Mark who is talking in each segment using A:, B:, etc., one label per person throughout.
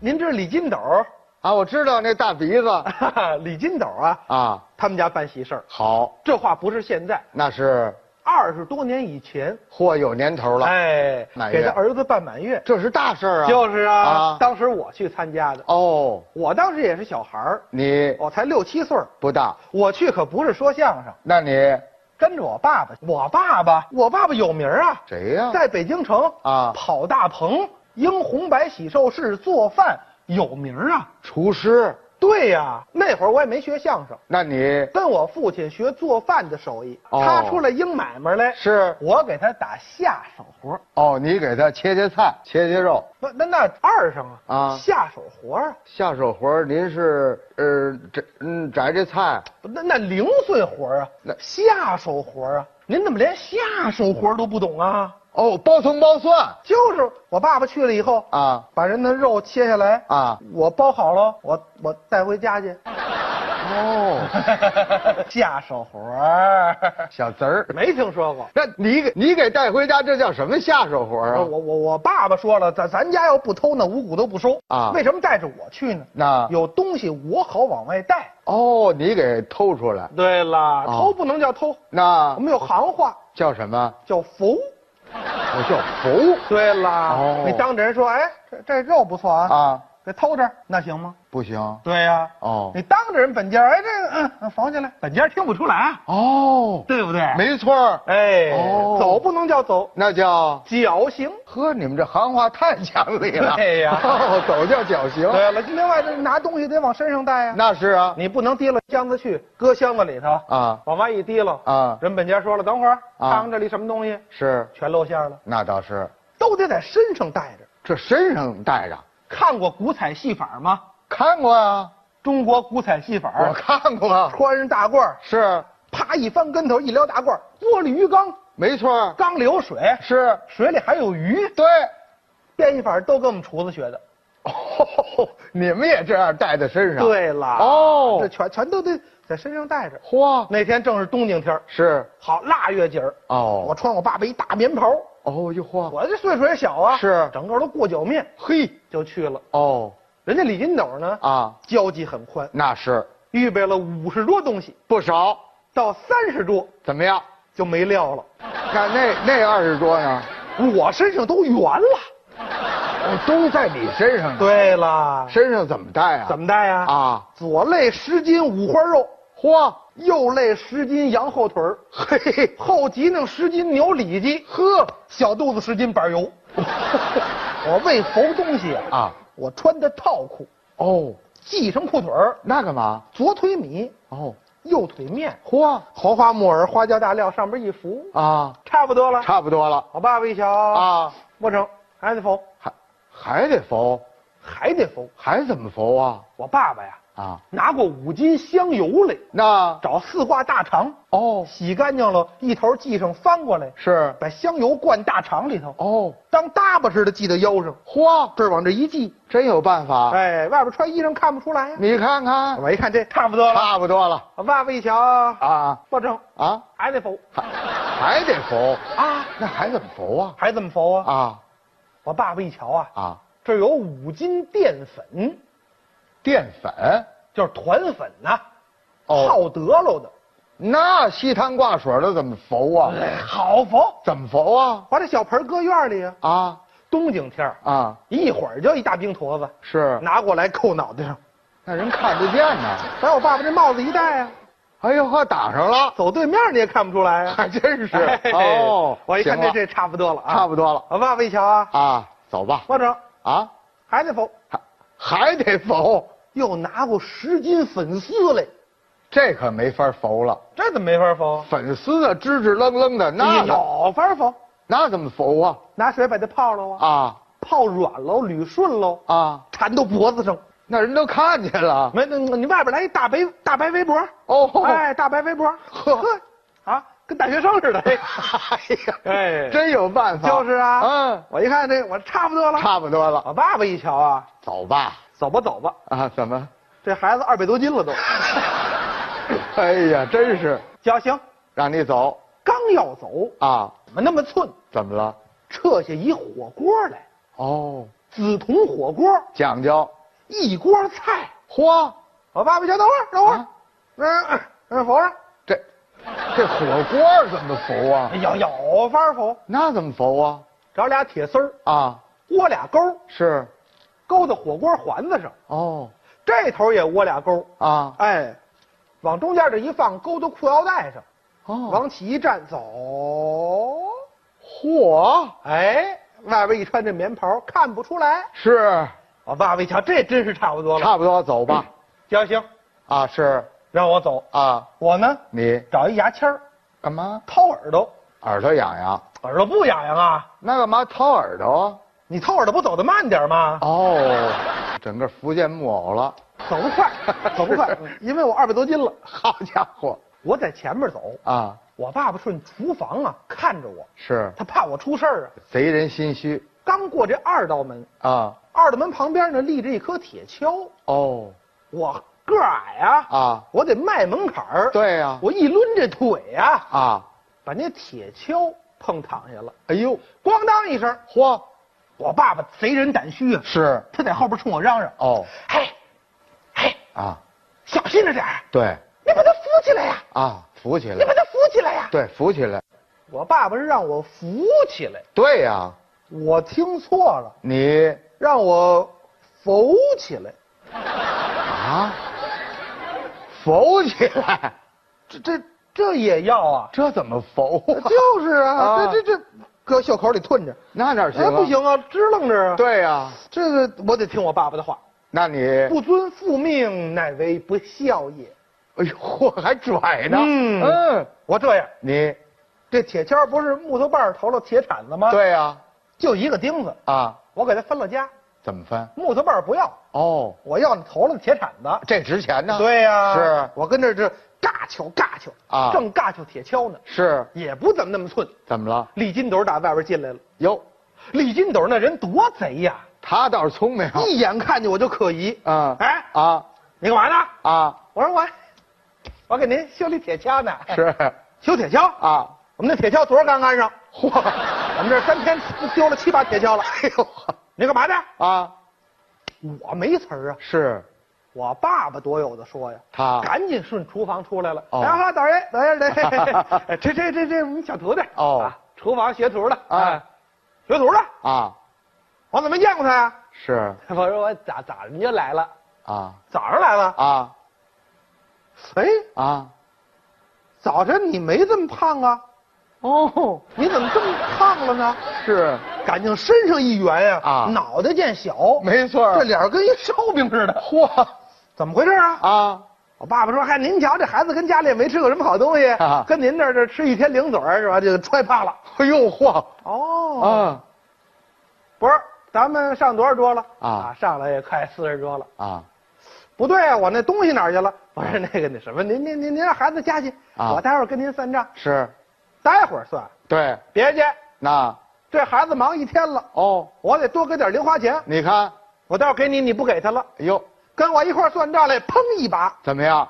A: 您这是李金斗，
B: 啊，我知道那大鼻子
A: 李金斗啊，
B: 啊，
A: 他们家办喜事儿，
B: 好，
A: 这话不是现在，
B: 那是
A: 二十多年以前，
B: 货有年头了，
A: 哎，
B: 满月
A: 给他儿子办满月，
B: 这是大事儿啊。
A: 就是啊
B: 啊，
A: 当时我去参加的，
B: 哦，
A: 我当时也是小孩儿，
B: 你
A: 我才六七岁儿，
B: 不大，
A: 我去可不是说相声，
B: 那你
A: 跟着我爸爸，我爸爸，我爸爸有名儿啊，
B: 谁呀？
A: 在北京城
B: 嗯啊
A: 跑大棚，英红白喜寿事做饭有名儿啊。
B: 厨师，
A: 对呀、那会儿我也没学相声，
B: 那你
A: 跟我父亲学做饭的手艺。
B: 哦
A: 他出来应买卖来，
B: 是
A: 我给他打下手活。
B: 哦，你给他切切菜，切切肉，
A: 那那那二声啊，
B: 啊
A: 下手活啊，
B: 下手活儿您是呃摘嗯摘这菜，
A: 那那零碎活啊
B: 那，
A: 下手活啊，您怎么连下手活都不懂啊？
B: 哦，包葱包蒜
A: 就是我爸爸去了以后，
B: 啊
A: 把人的肉切下来，
B: 啊，
A: 我包好了，我我带回家 去。
B: 哦，
A: 下手活儿，
B: 小侄儿，
A: 没听说过。
B: 那你给你给带回家，这叫什么下手活儿
A: 我
B: 啊？
A: 我我爸爸说了，咱咱家要不偷那五谷都不收
B: 啊
A: 为什么带着我去呢？
B: 那
A: 有东西我好往外带。
B: 哦，你给偷出来，
A: 对了，
B: 哦
A: 偷不能叫偷，
B: 那
A: 我们有行话
B: 叫什么？
A: 叫缝。
B: 我叫佛
A: 对了，
B: 哦
A: 你当着人说，哎，这这肉不错啊，
B: 啊，
A: 给偷这儿，那行吗？
B: 不行
A: 对呀、
B: 哦
A: 你当着人本家，哎，这个嗯嗯，缝起来，本家听不出来啊，
B: 哦，
A: 对不对？，
B: 没错儿，
A: 哎，
B: 哦
A: 走不能叫走，
B: 那叫
A: 绞刑。
B: 呵，你们这行话太讲理了。
A: 对呀
B: 哦走叫绞刑，
A: 对了，另外这拿东西得往身上带呀、
B: 那是啊
A: 你不能提了箱子去，搁箱子里头，
B: 啊
A: 往外一提了，
B: 啊
A: 人本家说了，等会儿
B: 啊
A: 看看这里什么东西，
B: 是，
A: 全露馅了，
B: 那倒是，
A: 都得在身上带着。
B: 这身上带着，
A: 看过古彩戏法吗？
B: 看过啊，
A: 中国古彩戏
B: 我
A: 法，
B: 看过啊，
A: 穿上大褂儿，
B: 是，
A: 啪一翻跟头，一撩大褂儿，玻璃鱼缸，
B: 没错儿，
A: 缸里有水，
B: 是，
A: 水里还有鱼，
B: 对，
A: 变戏法都跟我们厨子学的。
B: 哦，你们也这样带在身上？，
A: 对了，
B: 啊哦
A: 这全全都得在身上带着。
B: 嚯，
A: 那天正是东京天儿，
B: 是，
A: 好腊月节儿，我
B: 哦，
A: 穿我爸爸一大棉袍，
B: 哦哟嚯，
A: 我这岁数也小啊，
B: 是
A: 整个都过脚面
B: 嘿，
A: 就去了。
B: 哦，
A: 人家李金斗呢，
B: 啊，
A: 交际很宽，
B: 那是
A: 预备了五十桌东西，
B: 不少，
A: 到三十桌
B: 怎么样？
A: 就没料了，
B: 那那那二十桌呢？
A: 我身上都圆了。
B: 哦，都在你身上呢。
A: 对了，
B: 身上怎么带啊？
A: 怎么带呀、啊？
B: 啊？
A: 左肋十斤五花肉，
B: 嚯，
A: 右肋十斤羊后腿儿，
B: 嘿嘿，
A: 后脊梁十斤牛里脊，呵，小肚子十斤板 油。我为缝东西啊，
B: 啊，
A: 我穿的套裤，
B: 哦，
A: 系上裤腿儿，
B: 那干嘛？
A: 左腿米，
B: 哦，
A: 右腿面，
B: 嚯，
A: 黄花木耳、花椒大料上边一浮，
B: 啊，
A: 差不多了。
B: 差不多了
A: 我爸爸一瞧，
B: 啊，
A: 不成，还得缝，
B: 还还得缝，
A: 还得缝。
B: 还怎么缝啊？
A: 我爸爸呀，
B: 啊，
A: 拿过五斤香油来，
B: 那
A: 找四挂大肠，
B: 哦
A: 洗干净了，一头系上，翻过来，
B: 是
A: 把香油灌大肠里头，
B: 哦，
A: 当搭把似的系到腰上，
B: 嚯，
A: 这儿往这一系，
B: 真有办法。
A: 哎，外边穿衣裳看不出来呀。
B: 你看看，
A: 我一看这啊差不多了，
B: 差不多了
A: 我爸爸一瞧，
B: 啊
A: 不成，
B: 啊，
A: 还得缝
B: 还还得缝，
A: 啊，
B: 那还怎么缝啊？
A: 还怎么缝啊？
B: 啊
A: 我爸爸一瞧啊，
B: 啊，
A: 这儿有五斤淀粉，
B: 淀粉，
A: 就是团粉呐、
B: 哦
A: 泡得喽的，
B: 那稀汤挂水的怎么缝啊？
A: 哎好缝。
B: 怎么缝啊？
A: 把这小盆搁院里啊，
B: 啊
A: 冬景天儿，
B: 啊，
A: 一会儿就一大冰坨子，
B: 是，
A: 拿过来扣脑袋上，
B: 那人看得见呢。
A: 把我爸爸这帽子一戴啊，
B: 哎呦呵，打上了，
A: 走对面你也看不出来啊。
B: 还真 是。
A: 哎
B: 哦，
A: 我一看这
B: 行了
A: 这差不多了啊，
B: 差不多了
A: 我爸爸一瞧啊，
B: 啊，走吧
A: 我整
B: 啊，
A: 还得缝，
B: 还还得缝，
A: 又拿过十斤粉丝来，
B: 这可没法缝了。
A: 这怎么没法缝？
B: 粉丝啊，支支愣愣的，那怎
A: 有法缝，
B: 那怎么缝啊？
A: 拿水把它泡了啊，
B: 啊
A: 泡软喽，捋顺喽，
B: 啊，
A: 缠到脖子上。
B: 那人都看见了。
A: 没，你你外边来一大白大白围脖，
B: 哦，
A: 哎，大白围脖，
B: 呵
A: 呵，啊，跟大学生似的。哎
B: 哎呀，
A: 哎
B: 真有办法。
A: 就是啊，
B: 嗯，
A: 我一看这我差不多了。
B: 差不多了，
A: 我爸爸一瞧啊，
B: 走吧。
A: 走吧走吧，
B: 啊，怎么？
A: 这孩子二百多斤了都，
B: 哎呀，真是
A: 叫行，
B: 让你走
A: 刚要走，
B: 啊？
A: 怎么那么寸？
B: 怎么了？
A: 撤下一火锅来，
B: 哦，
A: 紫铜火锅，
B: 讲究。
A: 一锅菜。
B: 嚯，
A: 我爸爸先等会儿，等会儿
B: 啊，
A: 嗯嗯，否上，
B: 这这火锅怎么浮啊？
A: 有哎有法儿否？
B: 那怎么浮啊？
A: 找俩铁丝儿，
B: 啊，
A: 窝俩钩，
B: 是，
A: 勾到火锅环子上，
B: 哦，
A: 这头也窝俩钩，
B: 啊，
A: 哎，往中间这一放，勾到裤腰带上，
B: 哦，
A: 往起一站，走，
B: 嚯，
A: 哎，外边一穿这棉袍，看不出来。
B: 是，
A: 我哦爸爸一瞧，这真是差不多了，
B: 差不多，走吧。
A: 行行，
B: 啊，是，
A: 让我走。
B: 啊，
A: 我呢，
B: 你
A: 找一牙签儿
B: 干嘛？
A: 掏耳朵，
B: 耳朵痒痒？
A: 耳朵不痒痒啊？
B: 那干嘛掏耳朵？
A: 你掏耳朵不走得慢点吗？
B: 哦，整个福建木偶了。
A: 走不 快，走不快，因为我二百多斤了。
B: 好家伙，
A: 我在前面走，
B: 啊，
A: 我爸爸顺厨房啊看着我，
B: 是
A: 他怕我出事儿啊。
B: 贼人心虚
A: 刚过这二道门，
B: 啊。
A: 二道门旁边呢立着一颗铁锹，
B: 哦，
A: 我个儿矮啊，
B: 啊，
A: 我得迈门槛儿。，
B: 对啊呀、
A: 我一抡这腿呀、
B: 啊，
A: 把那铁锹碰躺下了，
B: 哎呦，
A: 咣当一声，
B: 嚯，
A: 我爸爸贼人胆虚啊，
B: 是，
A: 他在后边冲我嚷嚷：“
B: 哦，
A: 嘿，嘿，
B: 啊，
A: 小心着点儿，
B: 对，
A: 你把他扶起来呀、
B: 啊，扶起
A: 你把
B: 来，
A: 他扶起来呀、
B: 对，扶起来，
A: 我爸爸是让我扶起来，
B: 对呀、
A: 我听错了，
B: 你
A: 让我扶起来。
B: 啊，扶起来，
A: 这这这也要啊？
B: 这怎么扶 啊？
A: 就是啊，
B: 啊
A: 这这这，搁袖口里吞着，
B: 那哪行、啊
A: 哎不，行啊，支棱着啊。，
B: 对呀、
A: 这个我得听我爸爸的话，
B: 那你
A: 不遵父命，乃为不孝也。
B: 哎呦，嚯还拽呢。
A: 嗯我这样，
B: 你
A: 这铁锹不是木头棒儿头了铁铲子吗？，
B: 对呀、
A: 就一个钉子，
B: 啊，
A: 我给它分了家。
B: 怎么分？
A: 木头棒儿不要，
B: 哦，
A: 我要那头了的铁铲子。
B: 这值钱呢。
A: 对呀、
B: 是
A: 我跟这儿这尬敲尬敲
B: 啊
A: 正尬敲铁锹呢，
B: 是，
A: 也不怎么那么寸。
B: 怎么了？
A: 李金斗打外边进来了，
B: 哟，
A: 李金斗那人多贼呀，
B: 他倒是聪明。
A: 一眼看见我就可疑。
B: 嗯
A: 哎，
B: 啊
A: 你干嘛呢？
B: 啊，
A: 我说我，我给您修理铁锹呢。
B: 是
A: 修铁锹啊，
B: 啊，
A: 我们那铁锹昨儿刚安上，
B: 嚯，
A: 我们这三天丢了七八铁锹了。哎呦，你干嘛呢？
B: 啊，
A: 我没词儿啊，
B: 是
A: 我爸爸多有的说呀。
B: 他
A: 赶紧顺厨房出来了。
B: 哦
A: 啊，导爷，导爷， 导爷，这这这这我们小徒弟
B: 哦
A: 啊厨房学徒的
B: 啊
A: 啊，学徒的，
B: 啊，
A: 我怎么没见过他呀？
B: 是
A: 我说我咋咋你就来了，
B: 啊
A: 早上来了。
B: 啊
A: 哎，
B: 啊，
A: 早晨你没这么胖啊？
B: 哦，
A: 你怎么这么胖了呢？
B: 是
A: 赶紧身上一圆呀，
B: 啊
A: 脑袋见小，
B: 没错儿
A: 这脸儿跟一烧饼似的。
B: 嚯
A: 怎么回事啊？
B: 啊，
A: 我爸爸说：“嗨，您瞧这孩子跟家里也没吃过什么好东西，
B: 啊
A: 跟您这儿这吃一天零嘴儿是吧？就揣胖了。
B: 哎呦嚯”
A: 哦
B: 啊
A: 不是，咱们上多少桌了？
B: 啊
A: 上来也快四十桌了。
B: 啊，
A: 不对啊，我那东西哪儿去了？我说那个那什么，您您您您让孩子家去，
B: 啊
A: 我待会儿跟您算账，
B: 是，
A: 待会儿算。
B: 对，
A: 别介，
B: 那
A: 这孩子忙一天了，
B: 哦，
A: 我得多给点零花钱。
B: 你看，
A: 我待会儿给你，你不给他了，
B: 哎呦，
A: 跟我一块儿算账来，砰一把，
B: 怎么样？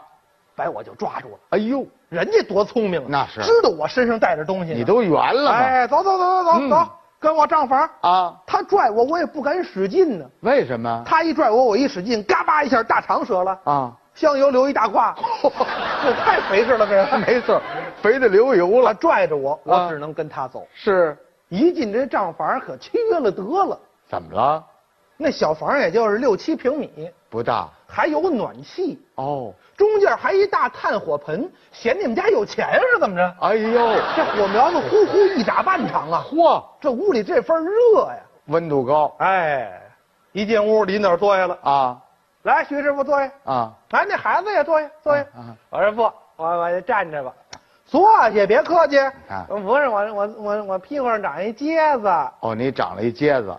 A: 把我就抓住了。
B: 哎呦，
A: 人家多聪明啊，
B: 那是
A: 知道我身上带着东西呢。
B: 你都圆了吗？
A: 哎，走走走走走、
B: 嗯
A: 走，跟我账房。
B: 啊，
A: 他拽我，我也不敢使劲呢。
B: 为什么？
A: 他一拽我，我一使劲，嘎巴一下，大肠折了。
B: 啊，
A: 香油留一大胯，这太肥事了，这人。
B: 没错儿，肥的流油
A: 他
B: 了。
A: 拽着我，我
B: 啊
A: 只能跟他走。
B: 是，
A: 一进这账房，可缺了得了。
B: 怎么了？
A: 那小房也就是六七平米，
B: 不大
A: 还有暖气，
B: 哦。
A: 中间还一大炭火盆，嫌你们家有钱是怎么着？
B: 哎呦，
A: 这火苗子呼呼一打半场啊！
B: 嚯，
A: 这屋里这份热呀！
B: 温度高
A: 哎，一进屋，李鸟坐下了，
B: 啊
A: 来，徐师傅坐下，
B: 啊
A: 来，那孩子也坐下，坐下。
B: 啊！
A: 我说不，我我就站着吧，坐下，别客气。
B: 看
A: 嗯不是我我我我屁股上长一疖子，
B: 哦，你长了一疖子，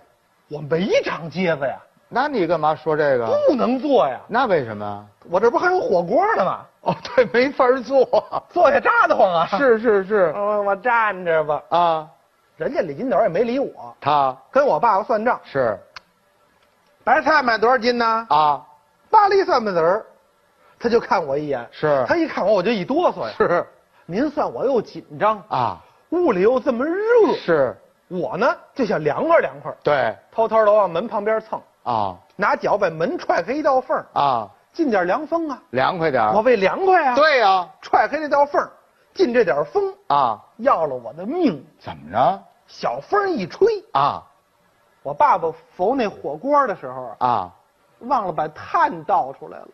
A: 我没长疖子呀，
B: 那你干嘛说这个？
A: 不能坐呀。
B: 那为什么？
A: 我这不还有火锅呢吗？
B: 哦， 对，没法做。
A: 坐下扎得慌啊。，
B: 是是是
A: 我我站着吧。
B: 啊，
A: 人家李金斗也没理我，
B: 他
A: 跟我爸爸算账，
B: 是
A: 白菜买多少斤呢？
B: 啊
A: 八粒蒜粉子儿，他就看我一眼，
B: 是
A: 他一看我我就一哆嗦呀。
B: 是
A: 您算我又紧张，
B: 啊
A: 屋里又这么热，
B: 是
A: 我呢就想凉快凉快，
B: 对
A: 偷偷的往门旁边蹭，
B: 啊
A: 拿脚把门踹开一道缝儿，
B: 啊，
A: 进点凉风啊。
B: 凉快点儿
A: 我为凉快啊，，
B: 对呀
A: 踹开这道缝儿，进这点风，
B: 啊，
A: 要了我的命。
B: 怎么着
A: 小风一吹，
B: 啊
A: 我爸爸缝那火锅的时候啊，
B: 啊？
A: 忘了把炭倒出来了。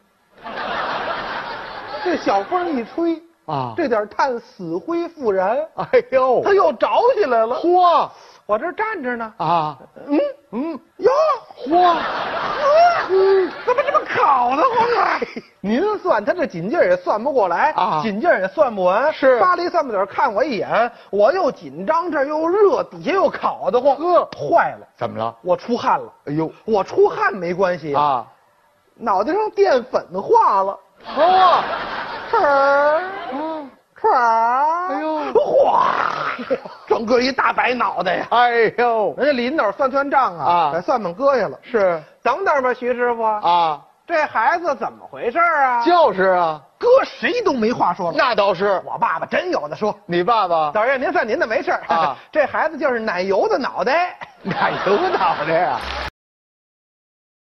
A: 这小风一吹
B: 啊
A: 这点炭死灰复燃，
B: 哎呦
A: 它又着起来了。
B: 嚯
A: 我这站着呢，
B: 啊
A: 嗯嗯，哟，
B: 嚯，
A: 呵，怎么这么烤的慌啊？ 您算他这紧劲儿也算不过来
B: 啊
A: 紧劲儿也算不完。
B: 是
A: 巴黎三部点看我一眼，我又紧张，这儿又热，底下又烤得慌。
B: 呵
A: 坏了，
B: 怎么了？
A: 我出汗了。
B: 哎呦
A: 我出汗没关系，
B: 啊！
A: 脑袋上淀粉化了，
B: 嚯，
A: 唰儿唰儿，
B: 哎呦
A: 哗， 整个一大白脑袋呀！
B: 哎呦，
A: 人家李引导算算账啊，
B: 啊
A: 把算盘割下了。
B: 是
A: 等等吧，徐师傅，
B: 啊，
A: 这孩子怎么回事儿啊？
B: 就是啊，
A: 搁谁都没话说了。啊
B: 那倒是。
A: 我爸爸真有的说，
B: 你爸爸
A: 导演 您算您的没事儿
B: 啊
A: 这孩子就是奶油的脑袋。
B: 奶油脑袋啊！